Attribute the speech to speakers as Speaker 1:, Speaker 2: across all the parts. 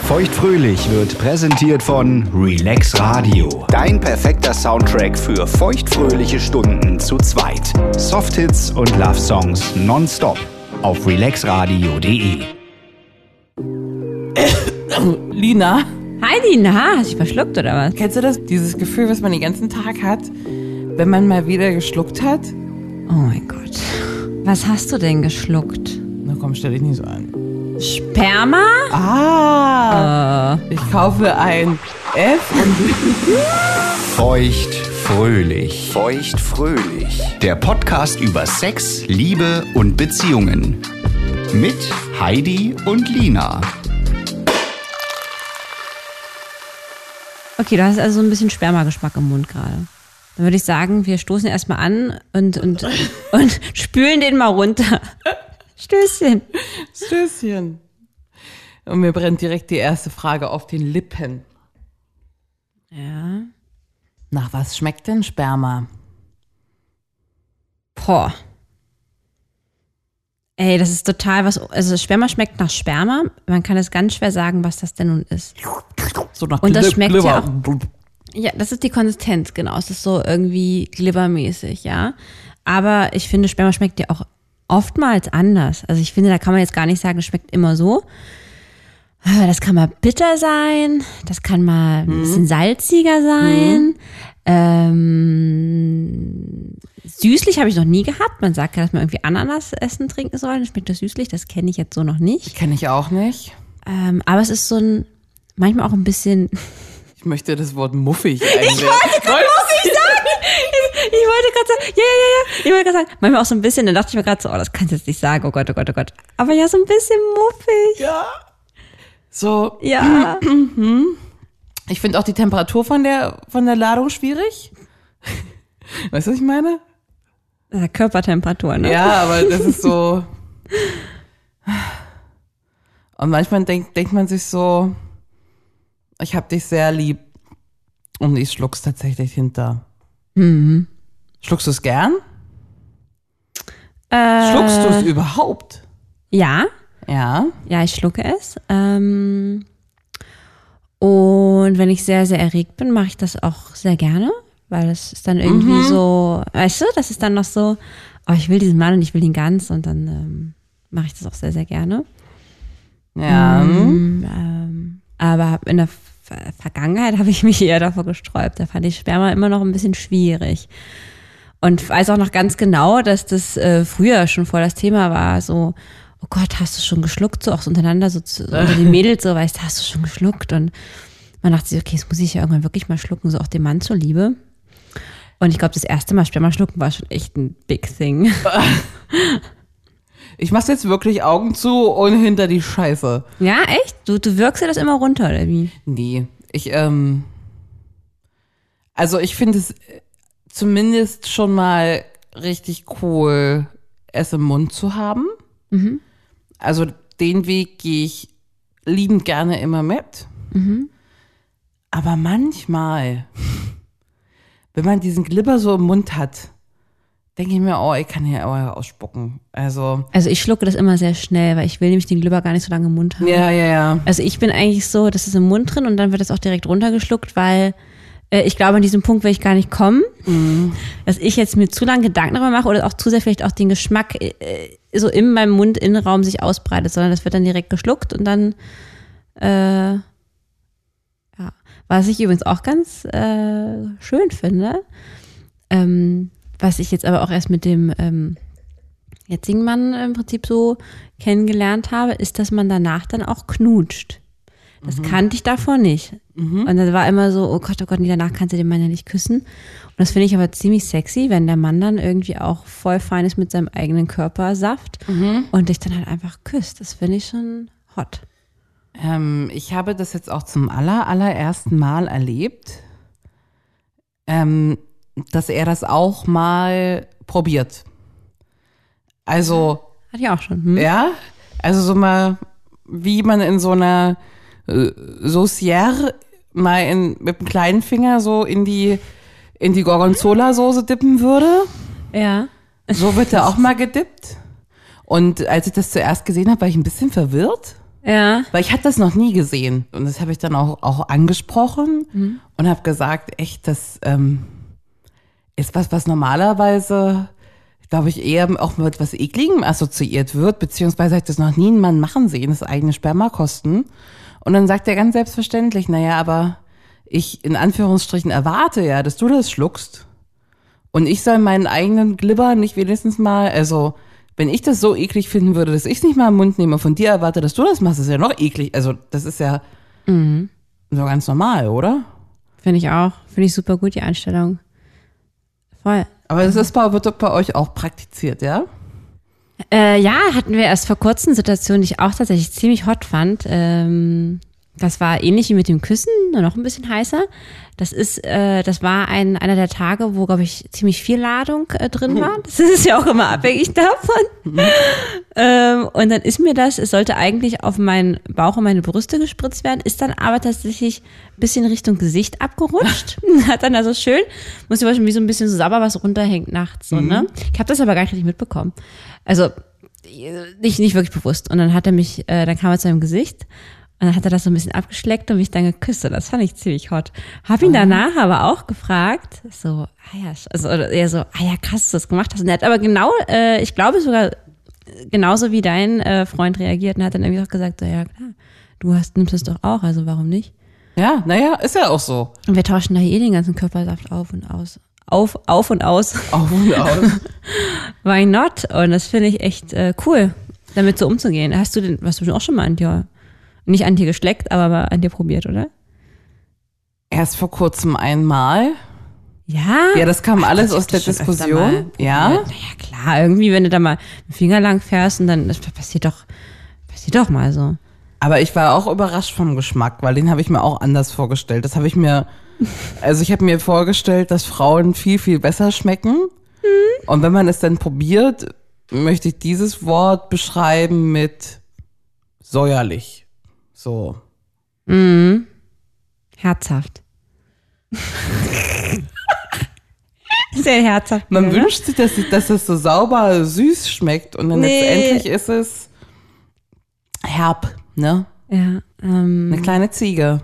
Speaker 1: Feuchtfröhlich wird präsentiert von Relax Radio. Dein perfekter Soundtrack für feuchtfröhliche Stunden zu zweit. Softhits und Love Songs nonstop auf relaxradio.de.
Speaker 2: Lina,
Speaker 3: Heidi, na, hast du dich verschluckt oder was?
Speaker 2: kennst du das? Dieses Gefühl, was man den ganzen Tag hat, wenn man mal wieder geschluckt hat?
Speaker 3: Oh mein Gott. Was hast du denn geschluckt?
Speaker 2: Na komm, stell dich nicht so an.
Speaker 3: Sperma?
Speaker 2: Ah! Ich kaufe ein F und
Speaker 1: Feuchtfröhlich. Feuchtfröhlich. Der Podcast über Sex, Liebe und Beziehungen. Mit Heidi und Lina.
Speaker 3: Okay, du hast also so ein bisschen Spermageschmack im Mund gerade. Dann würde ich sagen, wir stoßen erstmal an und, und, und spülen den mal runter. Stößchen.
Speaker 2: Stößchen. Und mir brennt direkt die erste Frage auf den Lippen.
Speaker 3: Ja.
Speaker 2: Nach was schmeckt denn Sperma?
Speaker 3: Boah. Ey, das ist total was. Also Sperma schmeckt nach Sperma. Man kann es ganz schwer sagen, was das denn nun ist.
Speaker 2: So nach
Speaker 3: Und das
Speaker 2: Glib-
Speaker 3: schmeckt ja
Speaker 2: Glibber.
Speaker 3: Ja, das ist die Konsistenz, genau. Es ist so irgendwie glibbermäßig, ja. Aber ich finde, Sperma schmeckt ja auch oftmals anders. Also ich finde, da kann man jetzt gar nicht sagen, es schmeckt immer so. Aber Das kann mal bitter sein, das kann mal ein bisschen salziger sein. Ähm, süßlich habe ich noch nie gehabt. Man sagt ja, dass man irgendwie Ananas essen trinken soll, dann schmeckt das süßlich. Das kenne ich jetzt so noch nicht.
Speaker 2: Kenn ich auch nicht.
Speaker 3: Ähm, aber es ist so ein, manchmal auch ein bisschen
Speaker 2: Ich möchte das Wort muffig eigentlich. Ich wollte
Speaker 3: Ich wollte gerade sagen, ja, ja, ja, ja. Ich wollte gerade sagen, manchmal auch so ein bisschen, dann dachte ich mir gerade so, oh, das kannst du jetzt nicht sagen, oh Gott, oh Gott, oh Gott. Aber ja, so ein bisschen muffig.
Speaker 2: Ja. So,
Speaker 3: Ja.
Speaker 2: Ich finde auch die Temperatur von der, von der Ladung schwierig. Weißt du, was ich meine?
Speaker 3: Das ist ja Körpertemperatur, ne?
Speaker 2: Ja, aber das ist so. Und manchmal denkt, denkt man sich so, ich hab dich sehr lieb. Und ich schluck's tatsächlich hinter. Mhm. Schluckst du es gern?
Speaker 3: Äh,
Speaker 2: Schluckst du es überhaupt?
Speaker 3: Ja,
Speaker 2: Ja.
Speaker 3: ja, ich schlucke es. Ähm, und wenn ich sehr, sehr erregt bin, mache ich das auch sehr gerne, weil es ist dann irgendwie
Speaker 2: Mhm.
Speaker 3: so, weißt du, das ist dann noch so, oh, ich will diesen Mann und ich will ihn ganz und dann ähm, mache ich das auch sehr, sehr gerne. Mhm.
Speaker 2: Ja.
Speaker 3: Ähm, aber hab in der Ver Vergangenheit habe ich mich eher davor gesträubt. Da fand ich Sperma immer noch ein bisschen schwierig. Und weiß auch noch ganz genau, dass das äh, früher schon voll das Thema war, so, oh Gott, hast du schon geschluckt? So auch so untereinander, so, zu, so unter die Mädels, so, weißt du, hast du schon geschluckt? Und man dachte sich, okay, das muss ich ja irgendwann wirklich mal schlucken, so auch dem Mann zuliebe. Und ich glaube, das erste Mal Sperma schlucken war schon echt ein big thing.
Speaker 2: Ich mach's jetzt wirklich Augen zu und hinter die Scheiße.
Speaker 3: Ja, echt? Du, du wirkst dir das immer runter, oder wie?
Speaker 2: Nee, ich, ähm, also ich finde es äh, zumindest schon mal richtig cool, es im Mund zu haben. Also den Weg gehe ich liebend gerne immer mit. Aber manchmal, wenn man diesen Glibber so im Mund hat, denke ich mir, oh, ich kann hier aber ausspucken. Also,
Speaker 3: Also ich schlucke das immer sehr schnell, weil ich will nämlich den Glibber gar nicht so lange im Mund haben.
Speaker 2: ja, ja, ja.
Speaker 3: Also ich bin eigentlich so, das ist im Mund drin und dann wird das auch direkt runtergeschluckt, weil äh, ich glaube, an diesem Punkt will ich gar nicht kommen, dass ich jetzt mir zu lange Gedanken darüber mache oder auch zu sehr vielleicht auch den Geschmack äh, äh, so in meinem Mundinnenraum sich ausbreitet, sondern das wird dann direkt geschluckt und dann äh, ja. Was ich übrigens auch ganz äh, schön finde, ähm, was ich jetzt aber auch erst mit dem ähm, jetzigen Mann im Prinzip so kennengelernt habe, ist, dass man danach dann auch knutscht. Das kannte ich davor nicht. Und das war immer so, oh Gott, oh Gott, nee, danach kannst du den Mann ja nicht küssen. Und das finde ich aber ziemlich sexy, wenn der Mann dann irgendwie auch voll fein ist mit seinem eigenen Körpersaft und dich dann halt einfach küsst. Das finde ich schon hot.
Speaker 2: Ähm, ich habe das jetzt auch zum aller, allerersten Mal erlebt, ähm, dass er das auch mal probiert. Also,
Speaker 3: Hatte ich auch schon. Hm?
Speaker 2: ja, also so mal, wie man in so einer äh, Saucière mal in, mit dem kleinen Finger so in die, in die Gorgonzola-Soße dippen würde.
Speaker 3: ja.
Speaker 2: So wird er auch mal gedippt. Und als ich das zuerst gesehen habe, war ich ein bisschen verwirrt.
Speaker 3: Ja.
Speaker 2: Weil ich hatte das noch nie gesehen. Und das habe ich dann auch, auch angesprochen und habe gesagt, echt, das ähm, ist was, was normalerweise, glaube ich, eher auch mit was Ekligem assoziiert wird, beziehungsweise habe ich das noch nie einen Mann machen sehen, das eigene Sperma kosten. Und dann sagt er ganz selbstverständlich, naja, aber ich in Anführungsstrichen erwarte ja, dass du das schluckst. Und ich soll meinen eigenen Glibber nicht wenigstens mal, also wenn ich das so eklig finden würde, dass ich es nicht mal im Mund nehme, von dir erwarte, dass du das machst, ist ja noch eklig. Also das ist ja
Speaker 3: Mhm.
Speaker 2: so ganz normal, oder?
Speaker 3: Finde ich auch. Finde ich super gut, die Einstellung. Voll.
Speaker 2: Aber das ist bei, wird doch bei euch auch praktiziert, ja?
Speaker 3: Äh, ja, hatten wir erst vor kurzem eine Situation, die ich auch tatsächlich ziemlich hot fand. Ähm, das war ähnlich wie mit dem Küssen, nur noch ein bisschen heißer. Das ist, äh, das war ein, einer der Tage, wo, glaube ich, ziemlich viel Ladung äh, drin war. Das ist ja auch immer abhängig davon. ähm, und dann ist mir das, es sollte eigentlich auf meinen Bauch und meine Brüste gespritzt werden, ist dann aber tatsächlich ein bisschen Richtung Gesicht abgerutscht. Hat dann also schön, muss ich vorstellen, wie so ein bisschen so sauber was runterhängt nachts. So, ne? Ich habe das aber gar nicht richtig mitbekommen. Also nicht, nicht wirklich bewusst. Und dann hat er mich, äh, dann kam er zu meinem Gesicht und dann hat er das so ein bisschen abgeschleckt und mich dann geküsst. Und das fand ich ziemlich hot. Hab ihn danach aber auch gefragt, so, ah ja, sch- also oder eher so, ah ja, krass, dass du das gemacht hast. Und er hat aber genau, äh, ich glaube sogar äh, genauso wie dein äh, Freund reagiert und hat dann irgendwie auch gesagt, so, ja klar, du hast, nimmst das doch auch, also warum nicht?
Speaker 2: Ja, naja, ist ja auch so.
Speaker 3: Und wir tauschen da eh den ganzen Körpersaft auf und aus. Auf, auf und aus.
Speaker 2: Auf und aus.
Speaker 3: Why not? Und das finde ich echt äh, cool, damit so umzugehen. Hast du denn, hast du auch schon mal an dir, nicht an dir geschleckt, aber mal an dir probiert, oder?
Speaker 2: Erst vor kurzem einmal.
Speaker 3: Ja.
Speaker 2: Ja, das kam alles
Speaker 3: ich
Speaker 2: aus
Speaker 3: hab
Speaker 2: der
Speaker 3: das schon öfter mal
Speaker 2: Diskussion.
Speaker 3: probiert.
Speaker 2: Ja.
Speaker 3: Naja, klar, irgendwie, wenn du da mal einen Finger lang fährst und dann, das passiert doch, passiert doch mal so.
Speaker 2: Aber ich war auch überrascht vom Geschmack, weil den habe ich mir auch anders vorgestellt. Das habe ich mir, also ich habe mir vorgestellt, dass Frauen viel, viel besser schmecken. Und wenn man es dann probiert, möchte ich dieses Wort beschreiben mit säuerlich. So.
Speaker 3: Herzhaft. Sehr herzhaft.
Speaker 2: Man
Speaker 3: ne?
Speaker 2: wünscht sich, dass, dass es so sauber süß schmeckt und dann
Speaker 3: Nee.
Speaker 2: letztendlich ist es herb, ne?
Speaker 3: Ja, ähm,
Speaker 2: Eine kleine Ziege.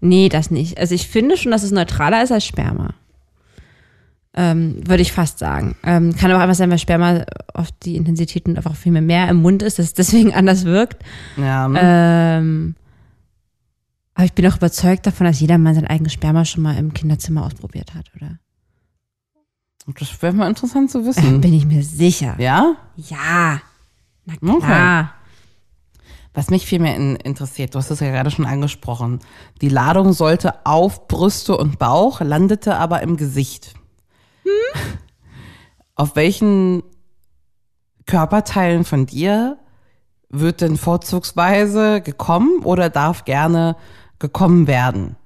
Speaker 3: Nee, das nicht. Also ich finde schon, dass es neutraler ist als Sperma. Ähm, würde ich fast sagen. Ähm, kann aber auch einfach sein, weil Sperma oft die Intensität und einfach viel mehr, mehr im Mund ist, dass es deswegen anders wirkt.
Speaker 2: Ja.
Speaker 3: Ähm, aber ich bin auch überzeugt davon, dass jeder Mann sein eigenes Sperma schon mal im Kinderzimmer ausprobiert hat, oder?
Speaker 2: Das wäre mal interessant zu
Speaker 3: Da
Speaker 2: wissen.
Speaker 3: bin ich mir sicher.
Speaker 2: Mhm. Ja?
Speaker 3: Ja. Na
Speaker 2: Okay.
Speaker 3: klar.
Speaker 2: Was mich viel mehr in, interessiert, du hast es ja gerade schon angesprochen. Die Ladung sollte auf Brüste und Bauch, landete aber im Gesicht.
Speaker 3: Hm?
Speaker 2: Auf welchen Körperteilen von dir wird denn vorzugsweise gekommen oder darf gerne gekommen werden?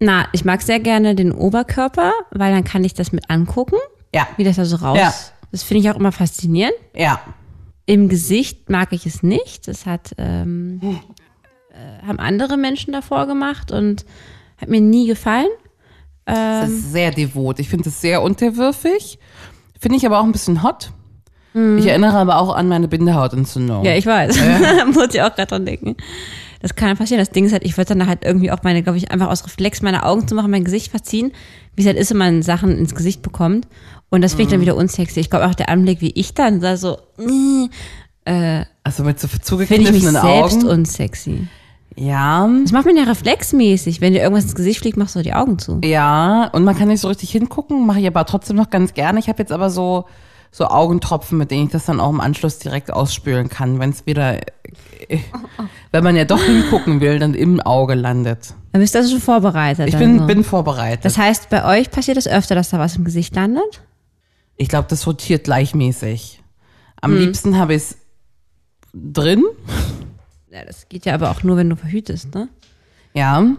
Speaker 3: Na, ich mag sehr gerne den Oberkörper, weil dann kann ich das mit angucken,
Speaker 2: Ja,
Speaker 3: wie das da so raus.
Speaker 2: Ja.
Speaker 3: Das finde ich auch immer faszinierend.
Speaker 2: ja.
Speaker 3: Im Gesicht mag ich es nicht. Das hat, ähm, äh, haben andere Menschen davor gemacht und hat mir nie gefallen. Äh,
Speaker 2: Das ist sehr devot. Ich finde es sehr unterwürfig. Finde ich aber auch ein bisschen hot. Ich erinnere aber auch an meine Bindehautentzündung.
Speaker 3: Hm. Ja, ich weiß. Muss ich auch gerade dran denken. Das kann passieren. Das Ding ist halt, ich würde dann halt irgendwie auch meine, glaube ich, einfach aus Reflex meine Augen zu machen, mein Gesicht verziehen, wie es halt ist, wenn man Sachen ins Gesicht bekommt. Und das finde ich dann wieder unsexy. Ich glaube auch der Anblick, wie ich dann da so, mm,
Speaker 2: also mit so
Speaker 3: finde ich mich
Speaker 2: zugekniffenen
Speaker 3: selbst
Speaker 2: Augen.
Speaker 3: unsexy.
Speaker 2: Ja,
Speaker 3: Das macht man ja reflexmäßig. Wenn dir irgendwas ins Gesicht fliegt, machst du die Augen zu.
Speaker 2: ja. Und man kann nicht so richtig hingucken, mache ich aber trotzdem noch ganz gerne. Ich habe jetzt aber so, so Augentropfen, mit denen ich das dann auch im Anschluss direkt ausspülen kann, wenn es wieder, äh, wenn man ja doch hingucken will, dann im Auge landet.
Speaker 3: Dann bist du also schon vorbereitet.
Speaker 2: Ich
Speaker 3: dann
Speaker 2: bin,
Speaker 3: so.
Speaker 2: bin vorbereitet.
Speaker 3: Genau. Das heißt, bei euch passiert es öfter, dass da was im Gesicht landet?
Speaker 2: Ich glaube, das rotiert gleichmäßig. Am liebsten habe ich es drin,
Speaker 3: Ja, das geht ja aber auch nur, wenn du verhütest, ne?
Speaker 2: ja.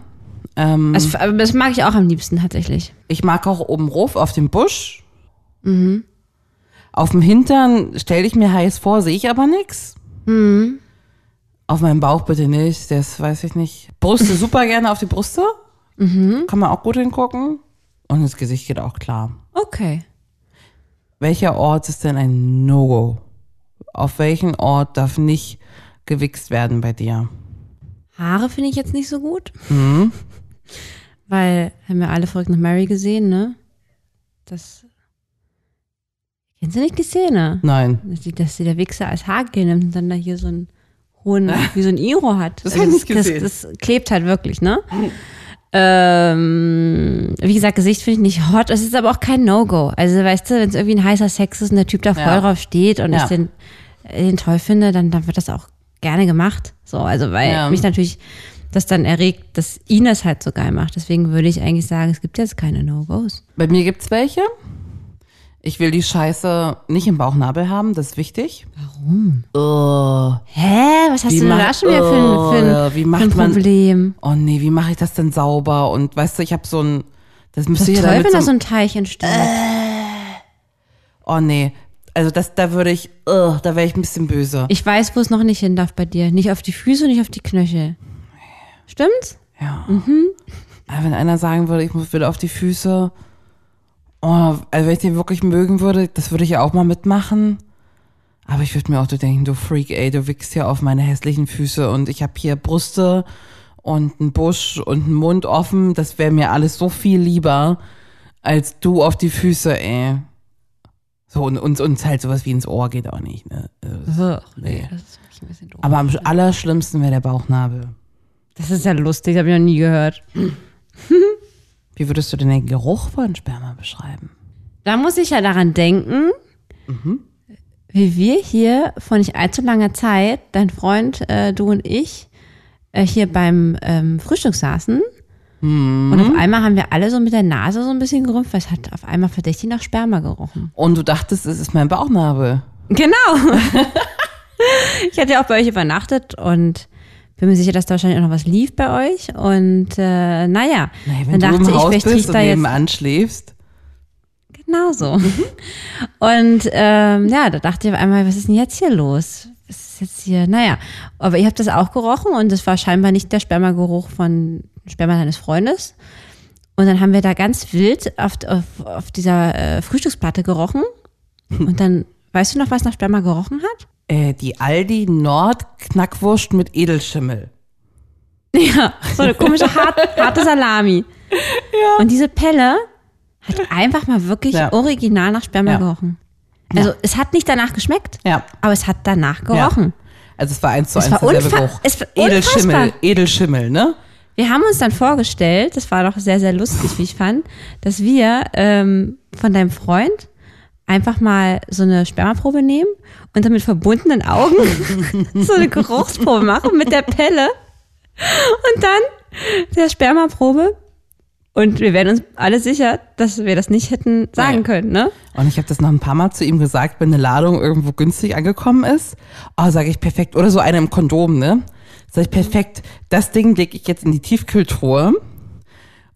Speaker 2: Ähm,
Speaker 3: Also, aber das mag ich auch am liebsten tatsächlich.
Speaker 2: ich mag auch oben Ruf auf dem Busch. Mhm. Auf dem Hintern stelle ich mir heiß vor, sehe ich aber nix. Mhm. Auf meinem Bauch bitte nicht, das weiß ich nicht. Brüste super gerne auf die Brüste. Kann man auch gut hingucken. Und das Gesicht geht auch klar.
Speaker 3: Okay.
Speaker 2: Welcher Ort ist denn ein No-Go? Auf welchen Ort darf nicht gewichst werden bei dir?
Speaker 3: Haare finde ich jetzt nicht so gut.
Speaker 2: Mhm.
Speaker 3: Weil haben wir alle verrückt nach Mary gesehen, ne? Das. Kennst du nicht die Szene?
Speaker 2: Nein.
Speaker 3: Dass die- Dass sie der Wichser als Haargel nimmt und dann da hier so einen hohen, wie so ein Iro hat.
Speaker 2: Das
Speaker 3: Also
Speaker 2: hab ich nicht
Speaker 3: das-
Speaker 2: gesehen. Hm.
Speaker 3: Das, das klebt halt wirklich, ne? ähm, wie gesagt, Gesicht finde ich nicht hot. Es ist aber auch kein No-Go. Also, weißt du, wenn es irgendwie ein heißer Sex ist und der Typ da voll
Speaker 2: Ja.
Speaker 3: drauf steht und
Speaker 2: Ja.
Speaker 3: ich den, den toll finde, dann, dann wird das auch gerne gemacht. So, also, weil
Speaker 2: Ja.
Speaker 3: mich natürlich das dann erregt, dass ihn das halt so geil macht. Deswegen würde ich eigentlich sagen, es gibt jetzt keine No-Gos.
Speaker 2: Bei mir gibt's welche. Ich will die Scheiße nicht im Bauchnabel haben, das ist wichtig.
Speaker 3: Warum?
Speaker 2: Oh,
Speaker 3: Hä? Was hast
Speaker 2: Wie
Speaker 3: du denn
Speaker 2: macht-
Speaker 3: da schon wieder für,
Speaker 2: Oh,
Speaker 3: ein- für,
Speaker 2: ja,
Speaker 3: ein-
Speaker 2: wie
Speaker 3: für
Speaker 2: macht
Speaker 3: ein
Speaker 2: man-
Speaker 3: Problem?
Speaker 2: oh nee, wie mache ich das denn sauber? Und weißt du, ich habe so ein, das
Speaker 3: Das
Speaker 2: müsste
Speaker 3: ist
Speaker 2: ja
Speaker 3: toll,
Speaker 2: damit
Speaker 3: wenn da
Speaker 2: so-
Speaker 3: so Äh. ein Teich entsteht.
Speaker 2: Oh nee, also das, da würde ich, ugh, da wäre ich ein bisschen böse.
Speaker 3: Ich weiß, wo es noch nicht hin darf bei dir. Nicht auf die Füße, nicht auf die Knöchel. Stimmt's?
Speaker 2: Ja. Aber wenn einer sagen würde, ich muss wieder auf die Füße, oh, also wenn ich den wirklich mögen würde, das würde ich ja auch mal mitmachen. Aber ich würde mir auch so denken, du Freak, ey, du wickst hier auf meine hässlichen Füße und ich habe hier Brüste und einen Busch und einen Mund offen. Das wäre mir alles so viel lieber, als du auf die Füße, ey. So, und uns, uns halt sowas wie ins Ohr geht auch nicht, ne? Also, das- nee.
Speaker 3: Das ist wirklich ein bisschen doof.
Speaker 2: Aber am allerschlimmsten wäre der Bauchnabel.
Speaker 3: Das ist ja lustig, das habe ich noch nie gehört.
Speaker 2: Wie würdest du denn den Geruch von Sperma beschreiben?
Speaker 3: Da muss ich ja daran denken, Mhm. wie wir hier vor nicht allzu langer Zeit, dein Freund, äh, du und ich, äh, hier beim ähm, Frühstück saßen. Und auf einmal haben wir alle so mit der Nase so ein bisschen gerümpft, weil es hat auf einmal verdächtig nach Sperma gerochen.
Speaker 2: Und du dachtest, es ist mein Bauchnabel.
Speaker 3: Genau. ich hatte ja auch bei euch übernachtet und bin mir sicher, dass da wahrscheinlich auch noch was lief bei euch. Und äh, naja,
Speaker 2: Naja,
Speaker 3: dann
Speaker 2: wenn
Speaker 3: dachte
Speaker 2: du im
Speaker 3: ich,
Speaker 2: Haus
Speaker 3: vielleicht
Speaker 2: bist
Speaker 3: riecht
Speaker 2: und
Speaker 3: da jetzt
Speaker 2: nebenan Mhm. schläfst.
Speaker 3: Genau so. Und ähm, ja, da dachte ich auf einmal, was ist denn jetzt hier los? Was ist jetzt hier? Naja, aber ihr habt das auch gerochen und es war scheinbar nicht der Spermageruch von Sperma deines Freundes. Und dann haben wir da ganz wild auf, auf, auf dieser äh, Frühstücksplatte gerochen. Und dann, weißt du noch, was nach Sperma gerochen hat?
Speaker 2: Äh, die Aldi Nord Knackwurst mit Edelschimmel.
Speaker 3: Ja, so eine komische hart, harte Salami. Ja. Und diese Pelle hat einfach mal wirklich
Speaker 2: Ja.
Speaker 3: original nach Sperma
Speaker 2: Ja.
Speaker 3: gerochen. Also es hat nicht danach geschmeckt,
Speaker 2: Ja.
Speaker 3: aber es hat danach gerochen.
Speaker 2: Also es war eins zu
Speaker 3: Es
Speaker 2: eins
Speaker 3: war
Speaker 2: derselbe
Speaker 3: unfa-
Speaker 2: Geruch.
Speaker 3: es war
Speaker 2: Edelschimmel,
Speaker 3: unfassbar.
Speaker 2: Edelschimmel, ne?
Speaker 3: Wir haben uns dann vorgestellt, das war doch sehr, sehr lustig, wie ich fand, dass wir ähm, von deinem Freund einfach mal so eine Spermaprobe nehmen und dann mit verbundenen Augen so eine Geruchsprobe machen mit der Pelle und dann der Spermaprobe. Und wir werden uns alle sicher, dass wir das nicht hätten sagen
Speaker 2: Nein.
Speaker 3: können, ne?
Speaker 2: Und ich habe das noch ein paar Mal zu ihm gesagt, wenn eine Ladung irgendwo günstig angekommen ist. Oh, sage ich perfekt. Oder so eine im Kondom, ne? Sag ich perfekt. Das Ding lege ich jetzt in die Tiefkühltruhe.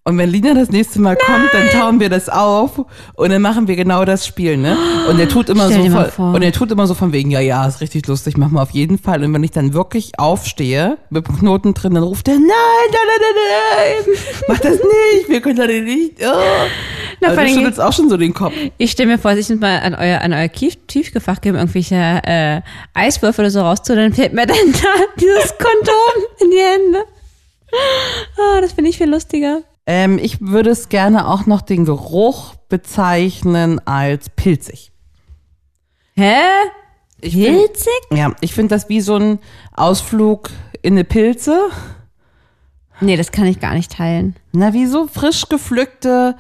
Speaker 2: Und wenn Lina das nächste Mal kommt, dann tauen wir das auf und dann machen wir genau das Spiel, ne? Und er tut immer
Speaker 3: Stell
Speaker 2: so
Speaker 3: dir mal
Speaker 2: von,
Speaker 3: vor.
Speaker 2: und er tut immer so von wegen, ja, ja, ist richtig lustig, machen wir auf jeden Fall. Und wenn ich dann wirklich aufstehe mit dem Knoten drin, dann ruft er, nein, nein, nein, nein, nein, mach das nicht, wir können das nicht. Oh.
Speaker 3: Na,
Speaker 2: also
Speaker 3: vor
Speaker 2: du
Speaker 3: allen Dingen-
Speaker 2: schüttelst auch schon so den Kopf.
Speaker 3: Ich stelle mir vor, sich mal an euer, an euer Kief, Tiefgefach geben, irgendwelche äh, Eiswürfel oder so rauszu, dann fällt mir dann da dieses Kondom in die Hände. Ah, das finde ich viel lustiger.
Speaker 2: Ähm, ich würde es gerne auch noch den Geruch bezeichnen als pilzig.
Speaker 3: Hä?
Speaker 2: Ich find-
Speaker 3: Pilzig?
Speaker 2: ja, ich finde das wie so ein Ausflug in eine Pilze.
Speaker 3: Nee, das kann ich gar nicht teilen.
Speaker 2: Na, wie so frisch gepflückte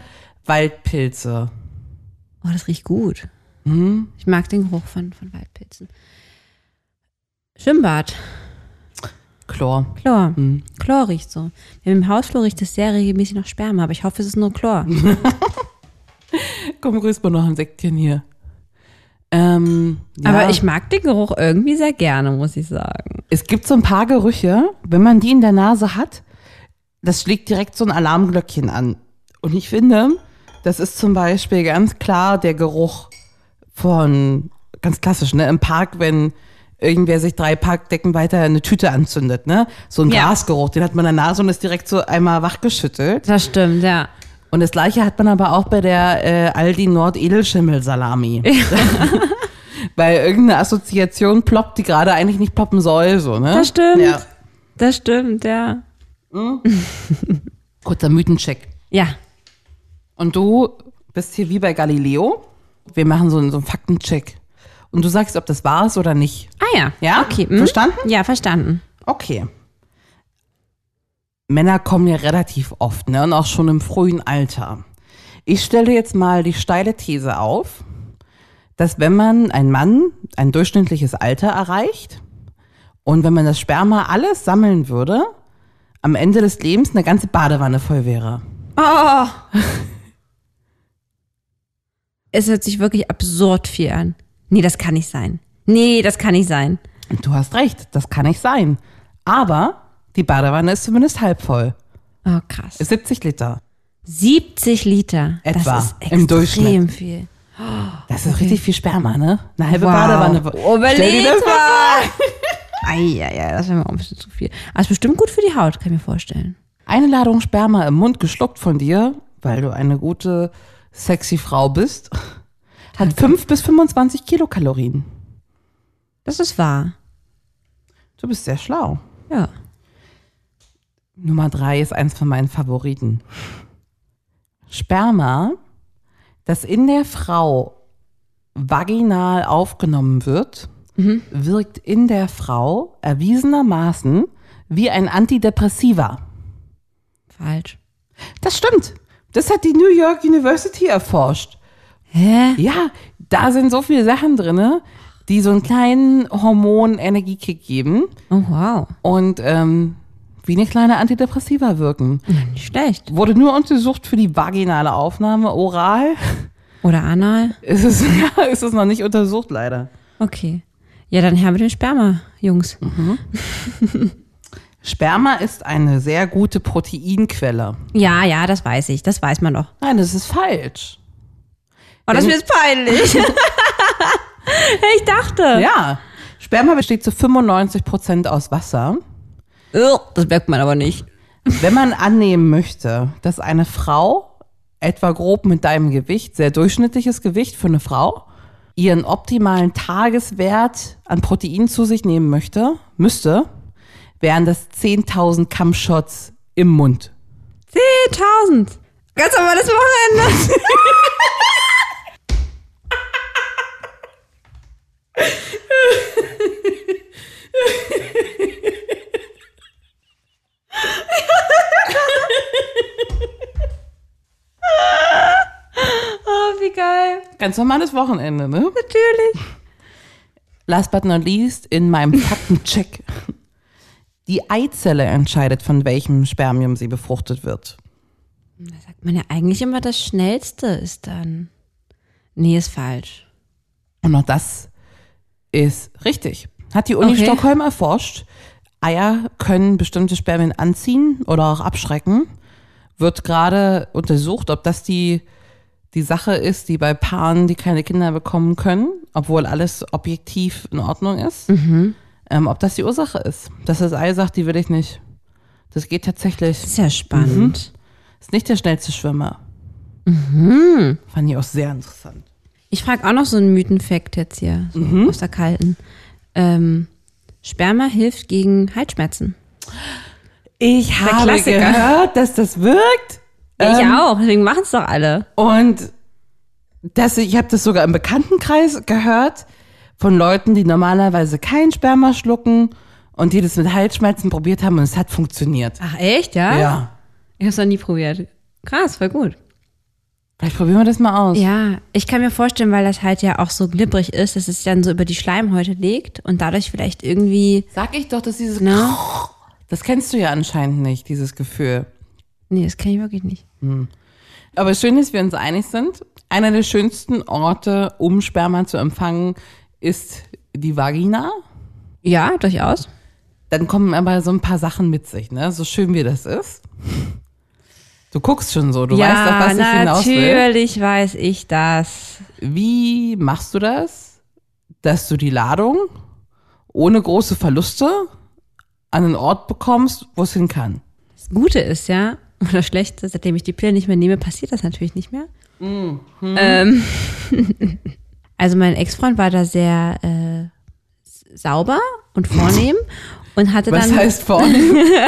Speaker 2: Waldpilze.
Speaker 3: Oh, das riecht gut. Hm? Ich mag den Geruch von, von Waldpilzen. Schwimmbad,
Speaker 2: Chlor.
Speaker 3: Chlor. Chlor riecht so. Im Hausflur riecht es sehr regelmäßig nach Sperma, aber ich hoffe, es ist nur Chlor.
Speaker 2: Komm, grüß mal noch ein Sektchen hier. Ähm, ja,
Speaker 3: Aber ich mag den Geruch irgendwie sehr gerne, muss ich sagen.
Speaker 2: Es gibt so ein paar Gerüche, wenn man die in der Nase hat, das schlägt direkt so ein Alarmglöckchen an. Und ich finde, das ist zum Beispiel ganz klar der Geruch von, ganz klassisch, ne, im Park, wenn irgendwer sich drei Parkdecken weiter eine Tüte anzündet, ne? So ein
Speaker 3: Ja.
Speaker 2: Grasgeruch, den hat man in der Nase und ist direkt so einmal wachgeschüttelt.
Speaker 3: Das stimmt, ja.
Speaker 2: Und das gleiche hat man aber auch bei der äh, Aldi Nord Edelschimmelsalami. Weil irgendeine Assoziation ploppt, die gerade eigentlich nicht ploppen soll, so, ne?
Speaker 3: Das stimmt.
Speaker 2: Ja.
Speaker 3: Das stimmt, ja.
Speaker 2: Kurzer Mythencheck.
Speaker 3: Ja.
Speaker 2: Und du bist hier wie bei Galileo. Wir machen so einen, so einen Faktencheck. Und du sagst, ob das wahr ist oder nicht.
Speaker 3: Ah ja.
Speaker 2: Ja?
Speaker 3: Okay. mhm.
Speaker 2: Verstanden?
Speaker 3: Ja, verstanden.
Speaker 2: Okay. Männer kommen ja relativ oft, ne? Und auch schon im frühen Alter. Ich stelle jetzt mal die steile These auf, dass wenn man ein Mann ein durchschnittliches Alter erreicht und wenn man das Sperma alles sammeln würde, am Ende des Lebens eine ganze Badewanne voll wäre.
Speaker 3: Oh. es hört sich wirklich absurd viel an. Nee, das kann nicht sein. Nee, das kann nicht sein.
Speaker 2: Du hast recht, das kann nicht sein. Aber die Badewanne ist zumindest halb voll.
Speaker 3: Oh, krass.
Speaker 2: 70 Liter.
Speaker 3: 70 Liter.
Speaker 2: Etwa,
Speaker 3: Das ist
Speaker 2: im
Speaker 3: extrem
Speaker 2: Durchschnitt.
Speaker 3: viel.
Speaker 2: Das ist richtig viel Sperma, ne? Eine halbe
Speaker 3: Wow.
Speaker 2: Badewanne.
Speaker 3: Oh, überleg
Speaker 2: Stell dir das mal
Speaker 3: Eieiei, das wäre mir auch ein bisschen zu viel. Aber ist bestimmt gut für die Haut, kann ich mir vorstellen.
Speaker 2: Eine Ladung Sperma im Mund geschluckt von dir, weil du eine gute, sexy Frau bist, hat 5 bis 25 Kilokalorien.
Speaker 3: Das ist wahr.
Speaker 2: Du bist sehr schlau.
Speaker 3: Ja.
Speaker 2: Nummer 3 ist eins von meinen Favoriten. Sperma, das in der Frau vaginal aufgenommen wird, wirkt in der Frau erwiesenermaßen wie ein Antidepressiva.
Speaker 3: Falsch.
Speaker 2: Das stimmt. Das hat die New York University erforscht.
Speaker 3: Hä?
Speaker 2: Ja, da sind so viele Sachen drinne, die so einen kleinen Hormon-Energiekick geben
Speaker 3: Oh, wow.
Speaker 2: und ähm, wie eine kleine Antidepressiva wirken.
Speaker 3: Nicht schlecht.
Speaker 2: Wurde nur untersucht für die vaginale Aufnahme. Oral
Speaker 3: Oder anal?
Speaker 2: ist es, ja, ist es noch nicht untersucht, leider.
Speaker 3: Okay. Ja, dann her mit dem Sperma, Jungs.
Speaker 2: Sperma ist eine sehr gute Proteinquelle.
Speaker 3: Ja, ja, das weiß ich. Das weiß man doch.
Speaker 2: Nein, das ist falsch.
Speaker 3: Oh, das ist mir jetzt peinlich. ich dachte.
Speaker 2: Ja. Sperma besteht zu 95 Prozent aus Wasser.
Speaker 3: Oh, Das merkt man aber nicht.
Speaker 2: Wenn man annehmen möchte, dass eine Frau etwa grob mit deinem Gewicht, sehr durchschnittliches Gewicht für eine Frau, ihren optimalen Tageswert an Protein zu sich nehmen möchte, müsste, wären das 10.000 Kammshots im Mund.
Speaker 3: 10.000. Ganz aber das Wochenende. oh, wie geil.
Speaker 2: Ganz normales Wochenende, ne?
Speaker 3: Natürlich.
Speaker 2: Last but not least, in meinem Faktencheck. Die Eizelle entscheidet, von welchem Spermium sie befruchtet wird.
Speaker 3: Da sagt man ja eigentlich immer, das Schnellste ist dann. Nee, ist falsch.
Speaker 2: Und auch das ist richtig. Hat die Uni
Speaker 3: Okay.
Speaker 2: Stockholm erforscht. Eier können bestimmte Spermien anziehen oder auch abschrecken. Wird gerade untersucht, ob das die, die Sache ist, die bei Paaren, die keine Kinder bekommen können, obwohl alles objektiv in Ordnung ist, ähm, ob das die Ursache ist. Dass das Ei sagt, die will ich nicht. Das geht tatsächlich.
Speaker 3: Ist ja spannend.
Speaker 2: Ist nicht der schnellste Schwimmer. Fand ich auch sehr interessant.
Speaker 3: Ich frage auch noch so einen Mythenfakt jetzt hier, so aus der kalten. Ähm, Sperma hilft gegen Halsschmerzen.
Speaker 2: Ich habe
Speaker 3: Klassiker.
Speaker 2: gehört, dass das wirkt.
Speaker 3: ich auch, deswegen machen es doch alle.
Speaker 2: Und das, ich habe das sogar im Bekanntenkreis gehört von Leuten, die normalerweise kein Sperma schlucken und die das mit Halsschmerzen probiert haben und es hat funktioniert.
Speaker 3: Ach echt, ja?
Speaker 2: Ja.
Speaker 3: Ich hab's noch nie probiert. Krass, voll gut.
Speaker 2: Vielleicht probieren wir das mal aus.
Speaker 3: Ja, ich kann mir vorstellen, weil das halt ja auch so glibberig ist, dass es sich dann so über die Schleimhäute legt und dadurch vielleicht irgendwie,
Speaker 2: Sag ich doch, dass dieses.
Speaker 3: ne?
Speaker 2: Das kennst du ja anscheinend nicht, dieses Gefühl.
Speaker 3: Nee, das kenne ich wirklich nicht.
Speaker 2: Aber schön, dass wir uns einig sind. Einer der schönsten Orte, um Sperma zu empfangen, ist die Vagina.
Speaker 3: Ja, durchaus.
Speaker 2: dann kommen aber so ein paar Sachen mit sich, ne? So schön wie das ist. Du guckst schon so, du
Speaker 3: ja,
Speaker 2: weißt auf was ich hinaus will.
Speaker 3: natürlich weiß ich das.
Speaker 2: Wie machst du das, dass du die Ladung ohne große Verluste an einen Ort bekommst, wo es hin kann?
Speaker 3: Das Gute ist ja, oder Schlechte,
Speaker 2: Mhm.
Speaker 3: seitdem ich die Pille nicht mehr nehme, passiert das natürlich nicht mehr. Ähm, Also mein Ex-Freund war da sehr äh, sauber und vornehm und hatte
Speaker 2: Was
Speaker 3: dann
Speaker 2: heißt vorne?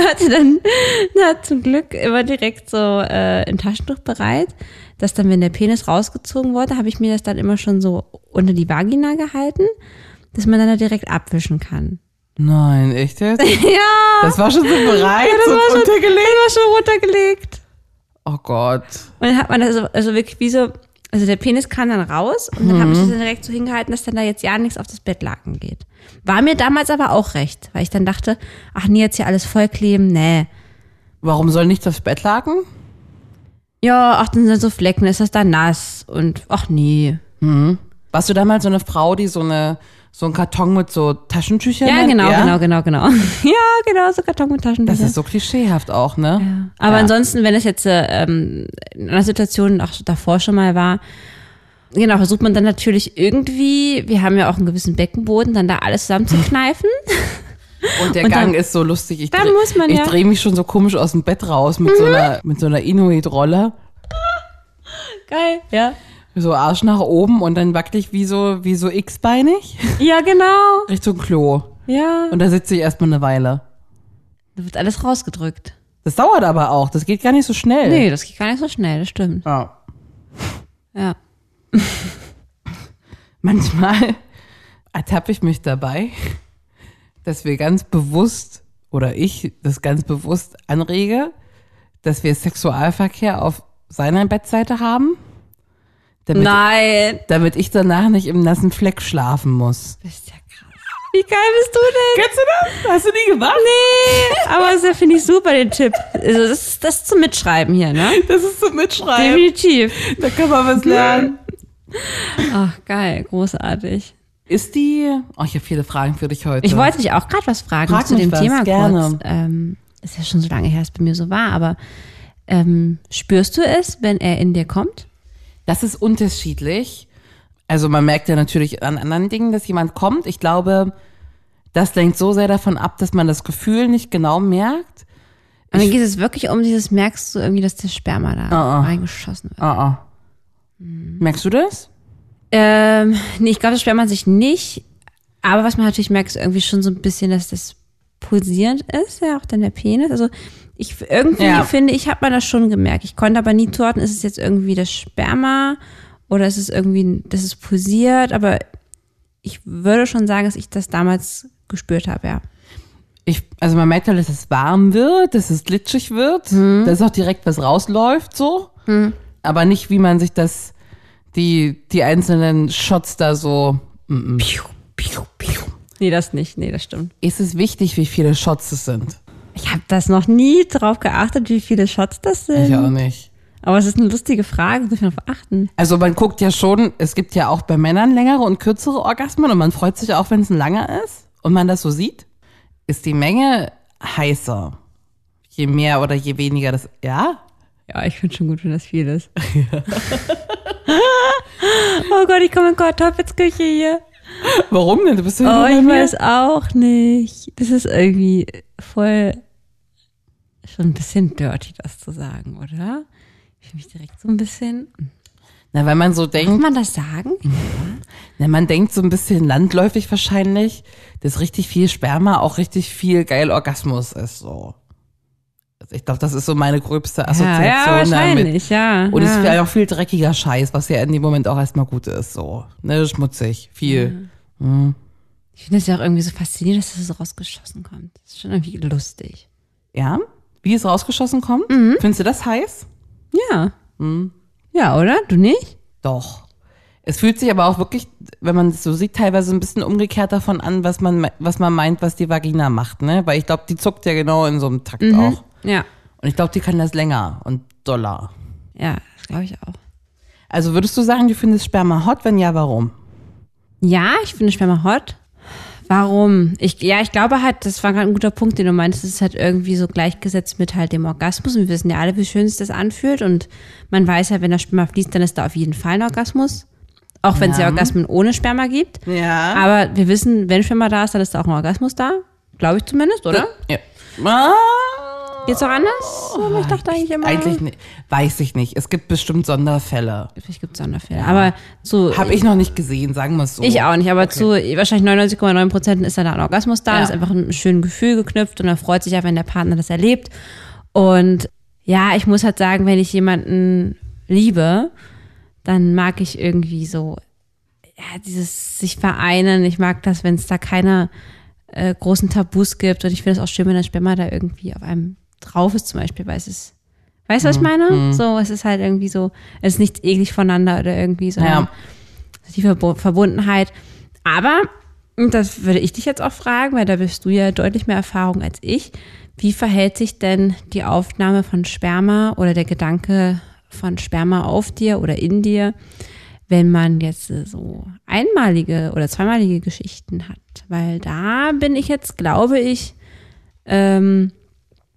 Speaker 3: hatte dann na, zum Glück immer direkt so äh, ein Taschentuch bereit, dass dann, wenn der Penis rausgezogen wurde, habe ich mir das dann immer schon so unter die Vagina gehalten, dass man dann da direkt abwischen kann.
Speaker 2: Nein, echt jetzt?
Speaker 3: Ja,
Speaker 2: Das war schon so bereit
Speaker 3: das war
Speaker 2: und
Speaker 3: schon, das
Speaker 2: untergelegt.
Speaker 3: war schon runtergelegt.
Speaker 2: Oh Gott.
Speaker 3: Und dann hat man das so- also wirklich wie so, also der Penis kam dann raus und dann habe ich das dann direkt so hingehalten, dass dann da jetzt ja nichts auf das Bettlaken geht. War mir damals aber auch recht, weil ich dann dachte, ach nee, jetzt hier alles vollkleben, nee.
Speaker 2: Warum soll nichts aufs Bett lagen?
Speaker 3: Ja, ach, dann sind so Flecken, ist das da nass? Und ach nee.
Speaker 2: Warst du damals so eine Frau, die so eine so einen Karton mit so Taschentüchern
Speaker 3: Ja,
Speaker 2: hat?
Speaker 3: genau, genau, genau, genau. ja, genau, so Karton mit
Speaker 2: Das
Speaker 3: Taschentücher.
Speaker 2: ist so klischeehaft auch, ne?
Speaker 3: aber
Speaker 2: Ja.
Speaker 3: ansonsten, wenn es jetzt äh, ähm, in einer Situation auch davor schon mal war, genau, versucht man dann natürlich irgendwie, wir haben ja auch einen gewissen Beckenboden, dann da alles zusammenzukneifen.
Speaker 2: Und der
Speaker 3: Und
Speaker 2: Gang
Speaker 3: dann-
Speaker 2: ist so lustig. Ich
Speaker 3: Dann
Speaker 2: dreh-
Speaker 3: muss man
Speaker 2: Ich
Speaker 3: ja. Mhm.
Speaker 2: drehe mich schon so komisch aus dem Bett raus mit so einer mit so einer Inuit-Rolle.
Speaker 3: Geil, ja.
Speaker 2: So Arsch nach oben und dann wackel ich wie so, wie so x-beinig
Speaker 3: Ja, genau.
Speaker 2: Richtung Klo.
Speaker 3: Ja.
Speaker 2: Und da sitze ich erstmal eine Weile.
Speaker 3: Da wird alles rausgedrückt.
Speaker 2: Das dauert aber auch. Das geht gar nicht so schnell.
Speaker 3: Nee, das geht gar nicht so schnell, das stimmt.
Speaker 2: Ja.
Speaker 3: Ja.
Speaker 2: Manchmal ertappe ich mich dabei, dass wir ganz bewusst oder ich das ganz bewusst anrege, dass wir Sexualverkehr auf seiner Bettseite haben, damit,
Speaker 3: Nein.
Speaker 2: damit ich danach nicht im nassen Fleck schlafen muss.
Speaker 3: Bist ja krass. Wie geil bist du denn?
Speaker 2: Kennst du das? Hast du nie gemacht?
Speaker 3: Nee, aber das finde ich super, den Tipp. Also das, ist- das ist zum Mitschreiben hier, ne?
Speaker 2: Das ist zum Mitschreiben.
Speaker 3: Definitiv.
Speaker 2: Da kann man was lernen.
Speaker 3: Ach, geil, großartig.
Speaker 2: Ist die. Oh, ich habe viele Fragen für dich heute.
Speaker 3: Ich wollte dich auch gerade was fragen
Speaker 2: Frag
Speaker 3: zu
Speaker 2: mich
Speaker 3: dem
Speaker 2: was,
Speaker 3: Thema
Speaker 2: gerne.
Speaker 3: kurz. Ähm, ist ja schon so lange her, dass es bei mir so war, aber ähm, spürst du es, wenn er in dir kommt?
Speaker 2: Das ist unterschiedlich. Also man merkt ja natürlich an anderen Dingen, dass jemand kommt. Ich glaube, das lenkt so sehr davon ab, dass man das Gefühl nicht genau merkt.
Speaker 3: Und dann geht es wirklich um dieses, merkst du irgendwie, dass der Sperma da
Speaker 2: Ah, ah.
Speaker 3: reingeschossen wird?
Speaker 2: Ah, ah. Merkst du das?
Speaker 3: Ähm, nee, ich glaube, das sperrt man sich nicht. Aber was man natürlich merkt, ist irgendwie schon so ein bisschen, dass das pulsierend ist, ja, auch dann der Penis. Also ich irgendwie
Speaker 2: Ja.
Speaker 3: finde, ich habe man das schon gemerkt. Ich konnte aber nie zuordnen, ist es jetzt irgendwie das Sperma oder ist es irgendwie, dass es pulsiert. Aber ich würde schon sagen, dass ich das damals gespürt habe, ja.
Speaker 2: Ich, also man merkt ja, dass es warm wird, dass es glitschig wird,
Speaker 3: Mhm.
Speaker 2: dass auch direkt was rausläuft, so. Aber nicht, wie man sich das, die, die einzelnen Shots da so.
Speaker 3: Hm.
Speaker 2: Mm -mm.
Speaker 3: Nee, das nicht. Nee, das stimmt.
Speaker 2: Ist es wichtig, wie viele Shots es sind?
Speaker 3: Ich habe das noch nie drauf geachtet, wie viele Shots das sind.
Speaker 2: Ich auch nicht.
Speaker 3: Aber es ist eine lustige Frage, muss man darauf achten.
Speaker 2: Also man guckt ja schon, es gibt ja auch bei Männern längere und kürzere Orgasmen und man freut sich auch, wenn es ein langer ist und man das so sieht. Ist die Menge heißer, je mehr oder je weniger das, ja?
Speaker 3: Ja, ich finde schon gut, wenn das viel ist. oh Gott, ich komme in Kartoffelsküche hier.
Speaker 2: Warum denn? Du bist ja
Speaker 3: Oh,
Speaker 2: nur
Speaker 3: ich
Speaker 2: bei mir.
Speaker 3: weiß auch nicht. Das ist irgendwie voll schon ein bisschen dirty, das zu sagen, oder? Ich fühle mich direkt so ein bisschen.
Speaker 2: Na, weil man so
Speaker 3: Kann
Speaker 2: denkt,
Speaker 3: man das sagen?
Speaker 2: na, man denkt so ein bisschen landläufig wahrscheinlich, dass richtig viel Sperma auch richtig viel geil Orgasmus ist, so. Also ich glaube, das ist so meine gröbste
Speaker 3: Ja,
Speaker 2: Assoziation
Speaker 3: ja,
Speaker 2: damit.
Speaker 3: wahrscheinlich, ja.
Speaker 2: Und es ist
Speaker 3: ja.
Speaker 2: vielleicht auch viel dreckiger Scheiß, was ja in dem Moment auch erstmal gut ist, so. Ne, schmutzig, viel.
Speaker 3: Ich finde es ja auch irgendwie so faszinierend, dass das so rausgeschossen kommt. Das ist schon irgendwie lustig.
Speaker 2: Ja? Wie es rausgeschossen kommt?
Speaker 3: Mhm.
Speaker 2: Findest du das heiß?
Speaker 3: Ja. Hm? Ja, oder? Du nicht?
Speaker 2: Doch. Es fühlt sich aber auch wirklich, wenn man es so sieht, teilweise ein bisschen umgekehrt davon an, was man, me- was man meint, was die Vagina macht, ne? Weil ich glaube, die zuckt ja genau in so einem Takt
Speaker 3: Mhm.
Speaker 2: auch.
Speaker 3: Ja.
Speaker 2: Und ich glaube, die kann das länger und doller.
Speaker 3: Ja, das glaube ich auch.
Speaker 2: Also würdest du sagen, du findest Sperma hot? Wenn ja, warum?
Speaker 3: Ja, ich finde Sperma hot. Warum? Ich, ja, ich glaube halt, das war gerade ein guter Punkt, den du meinst. Es ist halt irgendwie so gleichgesetzt mit halt dem Orgasmus. Und wir wissen ja alle, wie schön es das anfühlt. Und man weiß ja, wenn das Sperma fließt, dann ist da auf jeden Fall ein Orgasmus. Auch wenn es ja Orgasmen ohne Sperma gibt.
Speaker 2: Ja.
Speaker 3: Aber wir wissen, wenn Sperma da ist, dann ist da auch ein Orgasmus da. Glaube ich zumindest, oder?
Speaker 2: Ja. Ah.
Speaker 3: Geht's auch anders? Aber ich dachte eigentlich immer.
Speaker 2: Eigentlich nicht. Weiß ich nicht. Es gibt bestimmt Sonderfälle.
Speaker 3: Vielleicht gibt's Sonderfälle. Aber zu.
Speaker 2: Habe ich noch nicht gesehen, sagen wir es so.
Speaker 3: Ich auch nicht, aber zu wahrscheinlich 99,9 Prozent ist da ein Orgasmus da.
Speaker 2: Ja.
Speaker 3: Ist einfach ein schönes Gefühl geknüpft und er freut sich ja, wenn der Partner das erlebt. Und ja, ich muss halt sagen, wenn ich jemanden liebe, dann mag ich irgendwie so ja, dieses sich vereinen. Ich mag das, wenn es da keine äh, großen Tabus gibt. Und ich finde es auch schön, wenn der Sperma da irgendwie auf einem drauf ist, zum Beispiel, weil es ist. Weißt du, was ich
Speaker 2: Mhm.
Speaker 3: meine? So, es ist halt irgendwie so, es ist nichts eklig voneinander oder irgendwie so
Speaker 2: Ja.
Speaker 3: die Verbo- Verbundenheit. Aber, und das würde ich dich jetzt auch fragen, weil da bist du ja deutlich mehr Erfahrung als ich. Wie verhält sich denn die Aufnahme von Sperma oder der Gedanke von Sperma auf dir oder in dir, wenn man jetzt äh, so einmalige oder zweimalige Geschichten hat? Weil da bin ich jetzt, glaube ich, ähm,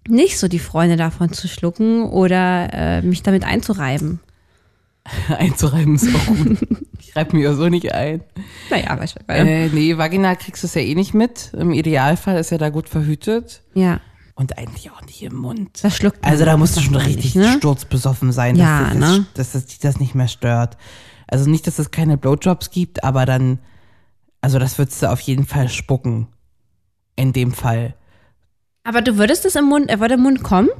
Speaker 3: nicht so die Freunde davon zu schlucken oder äh, mich damit einzureiben.
Speaker 2: Einzureiben ist auch gut. ich reibe mir ja so nicht ein.
Speaker 3: Naja, weißt du. weil-
Speaker 2: Äh, nee, vaginal kriegst du es ja eh nicht mit. Im Idealfall ist ja da gut verhütet.
Speaker 3: ja.
Speaker 2: Und eigentlich auch nicht im Mund.
Speaker 3: Das schluckt man
Speaker 2: Also da musst du schon
Speaker 3: einfach
Speaker 2: richtig
Speaker 3: nicht, ne?
Speaker 2: sturzbesoffen sein,
Speaker 3: Ja,
Speaker 2: dass, dich das,
Speaker 3: ne?
Speaker 2: dass das dich das nicht mehr stört. Also nicht, dass es keine Blowjobs gibt, aber dann, also das würdest du auf jeden Fall spucken. In dem Fall.
Speaker 3: Aber du würdest es im Mund, er würde im Mund kommen?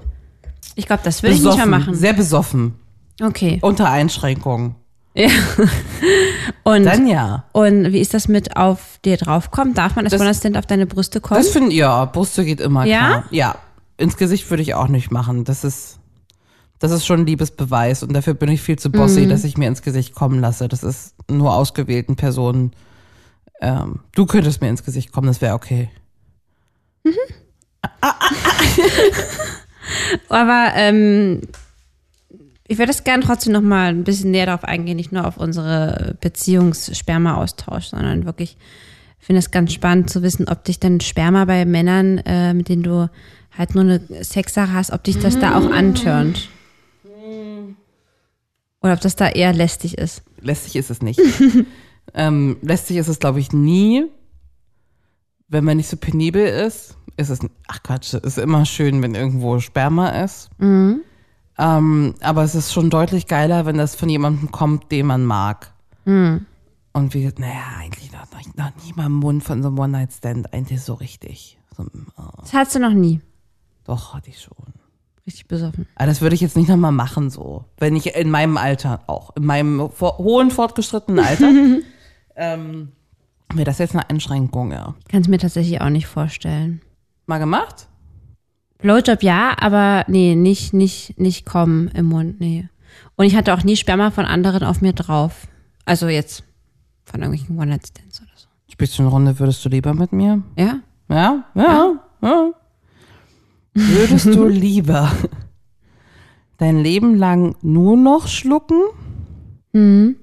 Speaker 3: Ich glaube, das würde ich nicht mehr machen.
Speaker 2: Sehr besoffen.
Speaker 3: Okay.
Speaker 2: Unter Einschränkungen.
Speaker 3: Und,
Speaker 2: Dann ja.
Speaker 3: und wie ist das mit auf dir draufkommen? Darf man als
Speaker 2: Das-
Speaker 3: Bonus auf deine Brüste kommen?
Speaker 2: Das finden ja, Brüste geht immer
Speaker 3: Ja?
Speaker 2: klar. Ja. Ins Gesicht würde ich auch nicht machen. Das ist, das ist schon ein Liebesbeweis und dafür bin ich viel zu bossy, dass ich mir ins Gesicht kommen lasse. Das ist nur ausgewählten Personen. Ähm, du könntest mir ins Gesicht kommen, das wäre okay.
Speaker 3: Aber ähm, ich würde das gerne trotzdem noch mal ein bisschen näher darauf eingehen, nicht nur auf unsere Beziehungssperma-Austausch, sondern wirklich, ich finde es ganz spannend zu wissen, ob dich dann Sperma bei Männern, äh, mit denen du halt nur eine Sexsache hast, ob dich das da auch antörnt. Oder ob das da eher lästig ist.
Speaker 2: Lästig ist es nicht. ähm, lästig ist es, glaube ich, nie. Wenn man nicht so penibel ist, ist es, ach Quatsch, es ist immer schön, wenn irgendwo Sperma ist. Ähm, aber es ist schon deutlich geiler, wenn das von jemandem kommt, den man mag. Und wie gesagt, naja, eigentlich noch, noch, noch nie mal im Mund von so einem One-Night-Stand, eigentlich so richtig. So, oh,
Speaker 3: Das hattest du noch nie.
Speaker 2: doch, hatte ich schon.
Speaker 3: Richtig besoffen.
Speaker 2: Aber Ah, das würde ich jetzt nicht nochmal machen, so. Wenn ich in meinem Alter auch, in meinem vor, hohen, fortgeschrittenen Alter, ähm, wäre das jetzt eine Einschränkung, ja.
Speaker 3: Kann es mir tatsächlich auch nicht vorstellen.
Speaker 2: Mal gemacht?
Speaker 3: Blowjob ja, aber nee, nicht, nicht, nicht kommen im Mund, nee. Und ich hatte auch nie Sperma von anderen auf mir drauf. Also jetzt von irgendwelchen One-Night-Stands oder so.
Speaker 2: Spielst du eine Runde, würdest du lieber mit mir?
Speaker 3: Ja?
Speaker 2: Ja, ja, ja. Würdest du lieber dein Leben lang nur noch schlucken
Speaker 3: Mhm.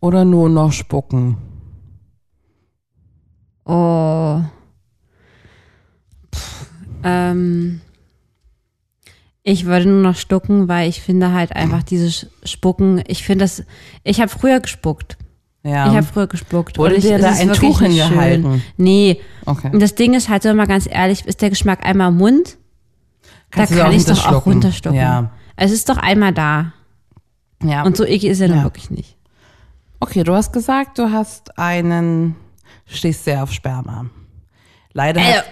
Speaker 2: oder nur noch spucken?
Speaker 3: Oh. Pff, ähm. Ich würde nur noch stucken, weil ich finde halt einfach dieses Spucken, ich finde das, ich habe früher gespuckt.
Speaker 2: Ja.
Speaker 3: Ich habe früher gespuckt.
Speaker 2: Wurde
Speaker 3: Und ich,
Speaker 2: dir
Speaker 3: es
Speaker 2: da
Speaker 3: ist
Speaker 2: ein
Speaker 3: wirklich
Speaker 2: Tuch
Speaker 3: nicht
Speaker 2: hingehalten?
Speaker 3: Schön. Nee.
Speaker 2: Okay.
Speaker 3: Und das Ding ist halt, so mal ganz ehrlich, ist der Geschmack einmal im Mund,
Speaker 2: Kannst
Speaker 3: da
Speaker 2: du
Speaker 3: kann ich doch auch
Speaker 2: runterschlucken.
Speaker 3: runterstocken.
Speaker 2: Ja.
Speaker 3: Es ist doch einmal da.
Speaker 2: ja.
Speaker 3: Und so eklig ist er
Speaker 2: Ja.
Speaker 3: dann wirklich nicht.
Speaker 2: Okay, du hast gesagt, du hast einen, stehst sehr auf Sperma. Leider.
Speaker 3: Äh,
Speaker 2: hat-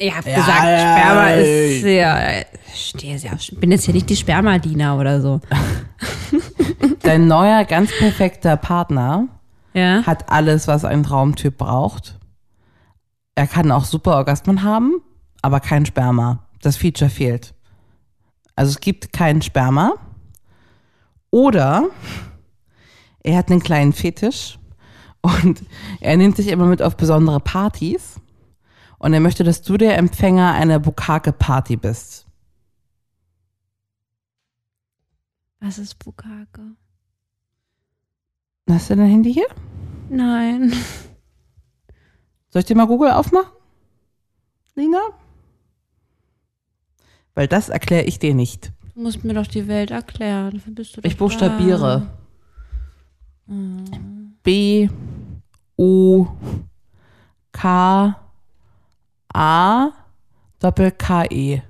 Speaker 3: ich habe
Speaker 2: Ja,
Speaker 3: gesagt,
Speaker 2: ja,
Speaker 3: Sperma
Speaker 2: ey.
Speaker 3: ist sehr. Ich stehe sehr auf, ich bin jetzt hier nicht die Spermadiener oder so.
Speaker 2: dein neuer, ganz perfekter Partner
Speaker 3: Ja.
Speaker 2: hat alles, was ein Traumtyp braucht. Er kann auch super Orgasmen haben, aber kein Sperma. Das Feature fehlt. Also es gibt keinen Sperma. Oder er hat einen kleinen Fetisch und er nimmt dich immer mit auf besondere Partys und er möchte, dass du der Empfänger einer Bukake-Party bist.
Speaker 3: Was ist Bukake?
Speaker 2: Hast du dein Handy hier?
Speaker 3: Nein.
Speaker 2: Soll ich dir mal Google aufmachen? Lina? Weil das erkläre ich dir nicht.
Speaker 3: Du musst mir doch die Welt erklären. Dafür bist du doch
Speaker 2: Ich buchstabiere.
Speaker 3: da. Mhm.
Speaker 2: B O K A Doppel K E.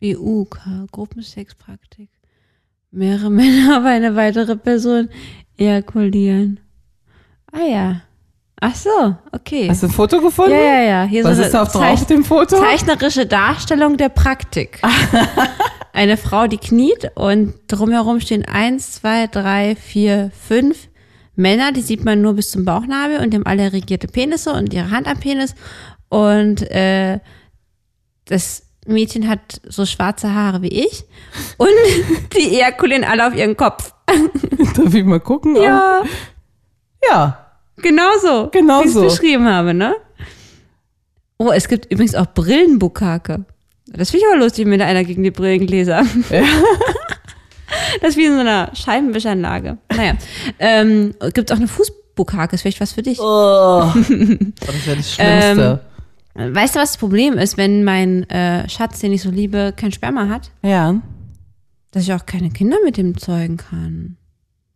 Speaker 3: BUK, Gruppensexpraktik. Mehrere Männer auf eine weitere Person ejakulieren. Ah ja. Ach so, okay.
Speaker 2: Hast du ein Foto gefunden?
Speaker 3: ja, ja, ja. Also Hier
Speaker 2: Was ist
Speaker 3: so eine
Speaker 2: da drauf
Speaker 3: Zeich-
Speaker 2: auf dem Foto?
Speaker 3: Zeichnerische Darstellung der Praktik. Eine Frau, die kniet und drumherum stehen eins, zwei, drei, vier, fünf Männer, die sieht man nur bis zum Bauchnabel und die haben alle regierte Penisse und ihre Hand am Penis. Und äh, das Mädchen hat so schwarze Haare wie ich und die ejakulieren alle auf ihren Kopf.
Speaker 2: Darf ich mal gucken? Oh,
Speaker 3: Ja,
Speaker 2: Ja.
Speaker 3: genauso.
Speaker 2: Genau
Speaker 3: wie ich es
Speaker 2: so.
Speaker 3: beschrieben habe, ne? Oh, es gibt übrigens auch Brillenbukake. Das finde ich aber lustig, wenn da einer gegen die Brillengläser. das ist wie in so einer Scheibenwischanlage. Naja. Ähm, gibt auch eine Fußbukake, ist vielleicht was für dich.
Speaker 2: Oh. Das ist ja das Schlimmste.
Speaker 3: Weißt du, was das Problem ist, wenn mein äh, Schatz, den ich so liebe, kein Sperma hat?
Speaker 2: Ja.
Speaker 3: Dass ich auch keine Kinder mit dem zeugen kann.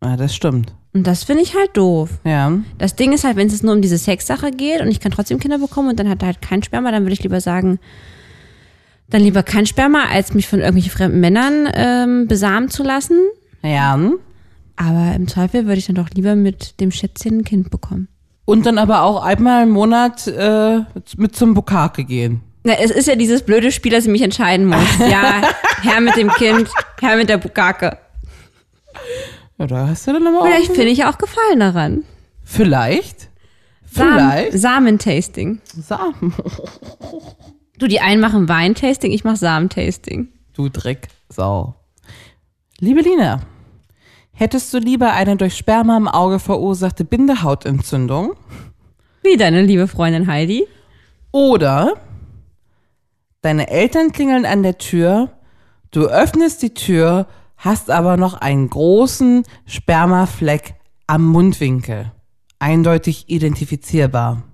Speaker 2: Ah, das stimmt.
Speaker 3: Und das finde ich halt doof.
Speaker 2: Ja.
Speaker 3: Das Ding ist halt, wenn es nur um diese Sexsache geht und ich kann trotzdem Kinder bekommen und dann hat er halt kein Sperma, dann würde ich lieber sagen, dann lieber kein Sperma, als mich von irgendwelchen fremden Männern ähm, besamen zu lassen.
Speaker 2: Ja.
Speaker 3: Aber im Zweifel würde ich dann doch lieber mit dem Schätzchen ein Kind bekommen.
Speaker 2: Und dann aber auch einmal im Monat äh, mit zum Bukake gehen.
Speaker 3: Na, es ist ja dieses blöde Spiel, dass ich mich entscheiden muss. Ja, Herr mit dem Kind, Herr mit der Bukake.
Speaker 2: Ja, da hast du dann aber auch.
Speaker 3: Vielleicht finde ich ja auch Gefallen daran.
Speaker 2: Vielleicht.
Speaker 3: Samen,
Speaker 2: Vielleicht.
Speaker 3: Samentasting.
Speaker 2: Samen.
Speaker 3: Du, die einen machen Weintasting, ich mache Samentasting.
Speaker 2: Du Drecksau. Liebe Lina, hättest du lieber eine durch Sperma im Auge verursachte Bindehautentzündung
Speaker 3: Wie deine liebe Freundin Heidi.
Speaker 2: oder deine Eltern klingeln an der Tür, du öffnest die Tür, hast aber noch einen großen Spermafleck am Mundwinkel. Eindeutig identifizierbar.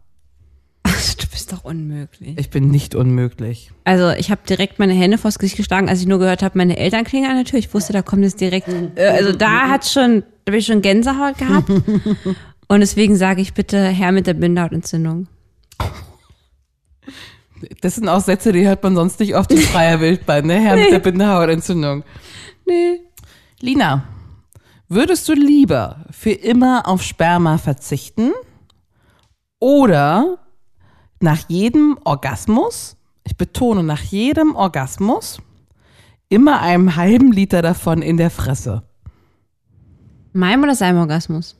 Speaker 3: Du bist doch unmöglich.
Speaker 2: Ich bin nicht unmöglich.
Speaker 3: Also ich habe direkt meine Hände vors Gesicht geschlagen, als ich nur gehört habe, meine Eltern klingen an der Tür. Ich wusste, da kommt es direkt. Äh, Also da hat schon, da habe ich schon Gänsehaut gehabt. Und deswegen sage ich bitte Herr mit der Bindehautentzündung.
Speaker 2: Das sind auch Sätze, die hört man sonst nicht oft in freier Wildbahn, ne? Herr mit der Bindehautentzündung.
Speaker 3: Nee.
Speaker 2: Lina, würdest du lieber für immer auf Sperma verzichten oder nach jedem Orgasmus, ich betone, nach jedem Orgasmus, immer einem halben Liter davon in der Fresse?
Speaker 3: Meinem oder seinem Orgasmus?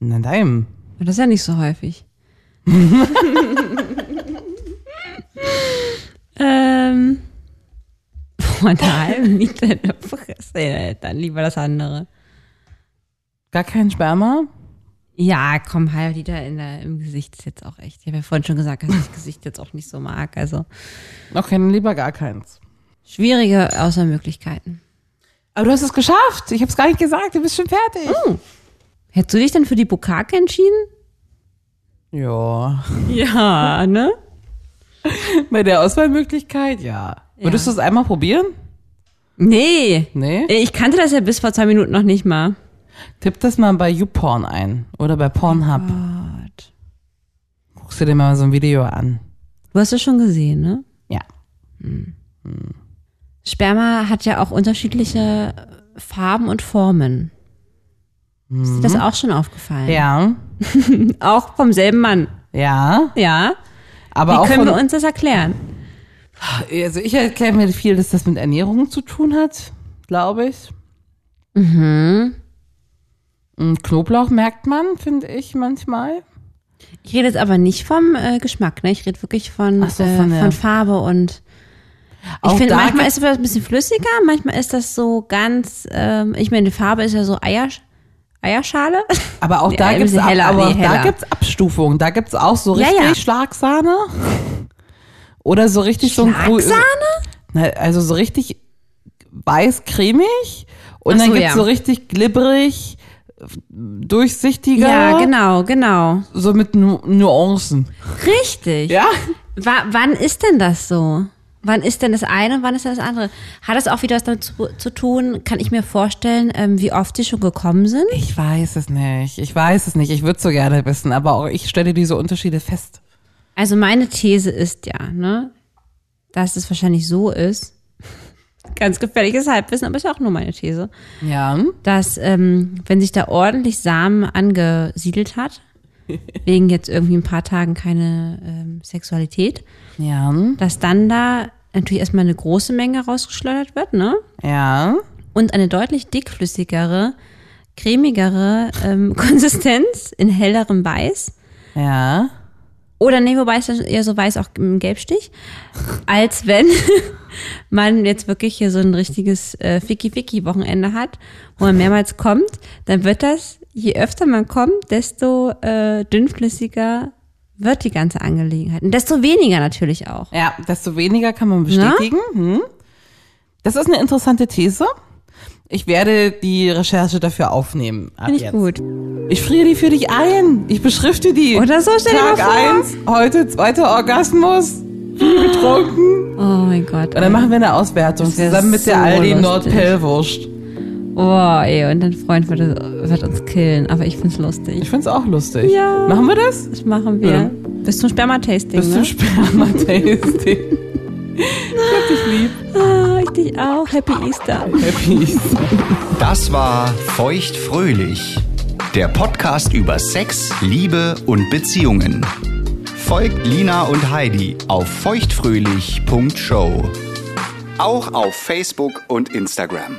Speaker 2: Na, deinem.
Speaker 3: Das ist ja nicht so häufig. ähm. Boah, eine halbe Miete in der Fresse. ey. Dann lieber das andere.
Speaker 2: Gar kein Sperma?
Speaker 3: Ja, komm, halb Liter in der, im Gesicht ist jetzt auch echt. Ich habe ja vorhin schon gesagt, dass ich das Gesicht jetzt auch nicht so mag. Also
Speaker 2: Okay, dann lieber gar keins.
Speaker 3: schwierige Auswahlmöglichkeiten.
Speaker 2: Aber du hast es geschafft. Ich habe es gar nicht gesagt. Du bist schon fertig.
Speaker 3: Hättest du dich denn für die Bukake entschieden?
Speaker 2: Ja.
Speaker 3: Ja, ne?
Speaker 2: Bei der Auswahlmöglichkeit, ja. Würdest du es einmal probieren?
Speaker 3: Nee.
Speaker 2: Nee?
Speaker 3: Ich kannte das ja bis vor zwei Minuten noch nicht mal.
Speaker 2: Tipp das mal bei YouPorn ein oder bei Pornhub.
Speaker 3: Gott.
Speaker 2: Guckst du dir mal so ein Video an.
Speaker 3: Du hast es schon gesehen, ne?
Speaker 2: Ja.
Speaker 3: Sperma hat ja auch unterschiedliche Farben und Formen. Ist dir das auch schon aufgefallen?
Speaker 2: Ja.
Speaker 3: Auch vom selben Mann.
Speaker 2: Ja.
Speaker 3: Ja.
Speaker 2: Aber
Speaker 3: Wie
Speaker 2: auch
Speaker 3: können wir
Speaker 2: von,
Speaker 3: uns das erklären?
Speaker 2: also ich erkläre mir viel, dass das mit Ernährung zu tun hat, glaube ich. Mhm. Und Knoblauch merkt man, finde ich manchmal.
Speaker 3: Ich rede jetzt aber nicht vom äh, Geschmack, ne? Ich rede wirklich von,
Speaker 2: Ach so,
Speaker 3: äh,
Speaker 2: von
Speaker 3: von,
Speaker 2: der-
Speaker 3: Farbe und ich
Speaker 2: Auch
Speaker 3: finde,
Speaker 2: da
Speaker 3: manchmal
Speaker 2: gibt-
Speaker 3: ist es ein bisschen flüssiger, manchmal ist das so ganz, ähm, ich meine, die Farbe ist ja so Eiersch Eierschale.
Speaker 2: Aber auch da
Speaker 3: Ja, ein
Speaker 2: gibt es
Speaker 3: bisschen heller,
Speaker 2: aber
Speaker 3: nee,
Speaker 2: auch da
Speaker 3: heller.
Speaker 2: gibt's Abstufungen. Da gibt es auch so
Speaker 3: Ja,
Speaker 2: richtig
Speaker 3: ja.
Speaker 2: Schlagsahne. Oder so richtig so ein
Speaker 3: Schlagsahne?
Speaker 2: Na, Also so richtig weiß-cremig. Und
Speaker 3: Ach
Speaker 2: dann
Speaker 3: so,
Speaker 2: gibt es
Speaker 3: ja.
Speaker 2: so richtig glibberig, durchsichtiger.
Speaker 3: Ja, genau, genau.
Speaker 2: So mit Nu- Nuancen.
Speaker 3: Richtig.
Speaker 2: Ja?
Speaker 3: Wa wann ist denn das so? Wann ist denn das eine und wann ist denn das andere? Hat das auch wieder was damit zu, zu tun? Kann ich mir vorstellen, ähm, wie oft die schon gekommen sind?
Speaker 2: Ich weiß es nicht. Ich weiß es nicht. Ich würde so gerne wissen. Aber auch ich stelle diese Unterschiede fest.
Speaker 3: Also meine These ist ja, ne, dass es wahrscheinlich so ist, ganz gefährliches Halbwissen, aber ist ja auch nur meine These,
Speaker 2: Ja.
Speaker 3: dass ähm, wenn sich da ordentlich Samen angesiedelt hat, wegen jetzt irgendwie ein paar Tagen keine ähm, Sexualität,
Speaker 2: Ja.
Speaker 3: dass dann da natürlich erstmal eine große Menge rausgeschleudert wird, ne?
Speaker 2: Ja.
Speaker 3: Und eine deutlich dickflüssigere, cremigere ähm, Konsistenz in hellerem Weiß.
Speaker 2: Ja.
Speaker 3: Oder nee, wobei es dann eher so weiß auch im Gelbstich, als wenn man jetzt wirklich hier so ein richtiges äh, Ficky-Ficky-Wochenende hat, wo man mehrmals kommt, dann wird das, je öfter man kommt, desto äh, dünnflüssiger wird die ganze Angelegenheit. Und desto weniger natürlich auch.
Speaker 2: Ja, desto weniger kann man bestätigen. Hm. Das ist eine interessante These. Ich werde die Recherche dafür aufnehmen. ab
Speaker 3: Finde ich
Speaker 2: jetzt.
Speaker 3: gut.
Speaker 2: Ich friere die für dich ein. Ich beschrifte die.
Speaker 3: Oder so, stell dir
Speaker 2: Tag
Speaker 3: mal vor.
Speaker 2: eins, heute zweiter Orgasmus. Viel getrunken.
Speaker 3: Oh mein Gott.
Speaker 2: Und dann machen wir eine Auswertung
Speaker 3: Das wär
Speaker 2: zusammen mit der
Speaker 3: so
Speaker 2: Aldi
Speaker 3: lustig.
Speaker 2: Nordpellwurst.
Speaker 3: Oh, ey, und dein Freund wird, wird uns killen. Aber ich find's lustig.
Speaker 2: Ich find's auch lustig.
Speaker 3: Ja.
Speaker 2: Machen wir das?
Speaker 3: Das machen wir.
Speaker 2: Ja.
Speaker 3: Bis zum Spermatasting,
Speaker 2: Bis zum
Speaker 3: ne?
Speaker 2: Sperma-Tasting.
Speaker 3: Ah, ich dich auch. Happy Easter.
Speaker 2: Happy Easter.
Speaker 1: Das war Feuchtfröhlich, der Podcast über Sex, Liebe und Beziehungen. Folgt Lina und Heidi auf feuchtfröhlich.show. Auch auf Facebook und Instagram.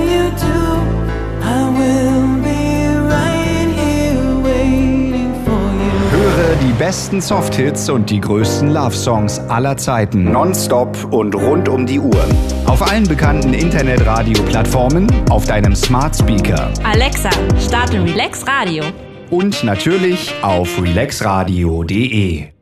Speaker 4: you do, I will be right here waiting for you.
Speaker 1: Höre die besten Softhits und die größten Love-Songs aller Zeiten. Nonstop und rund um die Uhr. Auf allen bekannten Internetradio-Plattformen, auf deinem Smart Speaker
Speaker 3: Alexa, starte Relax Radio.
Speaker 1: und natürlich auf relaxradio.de.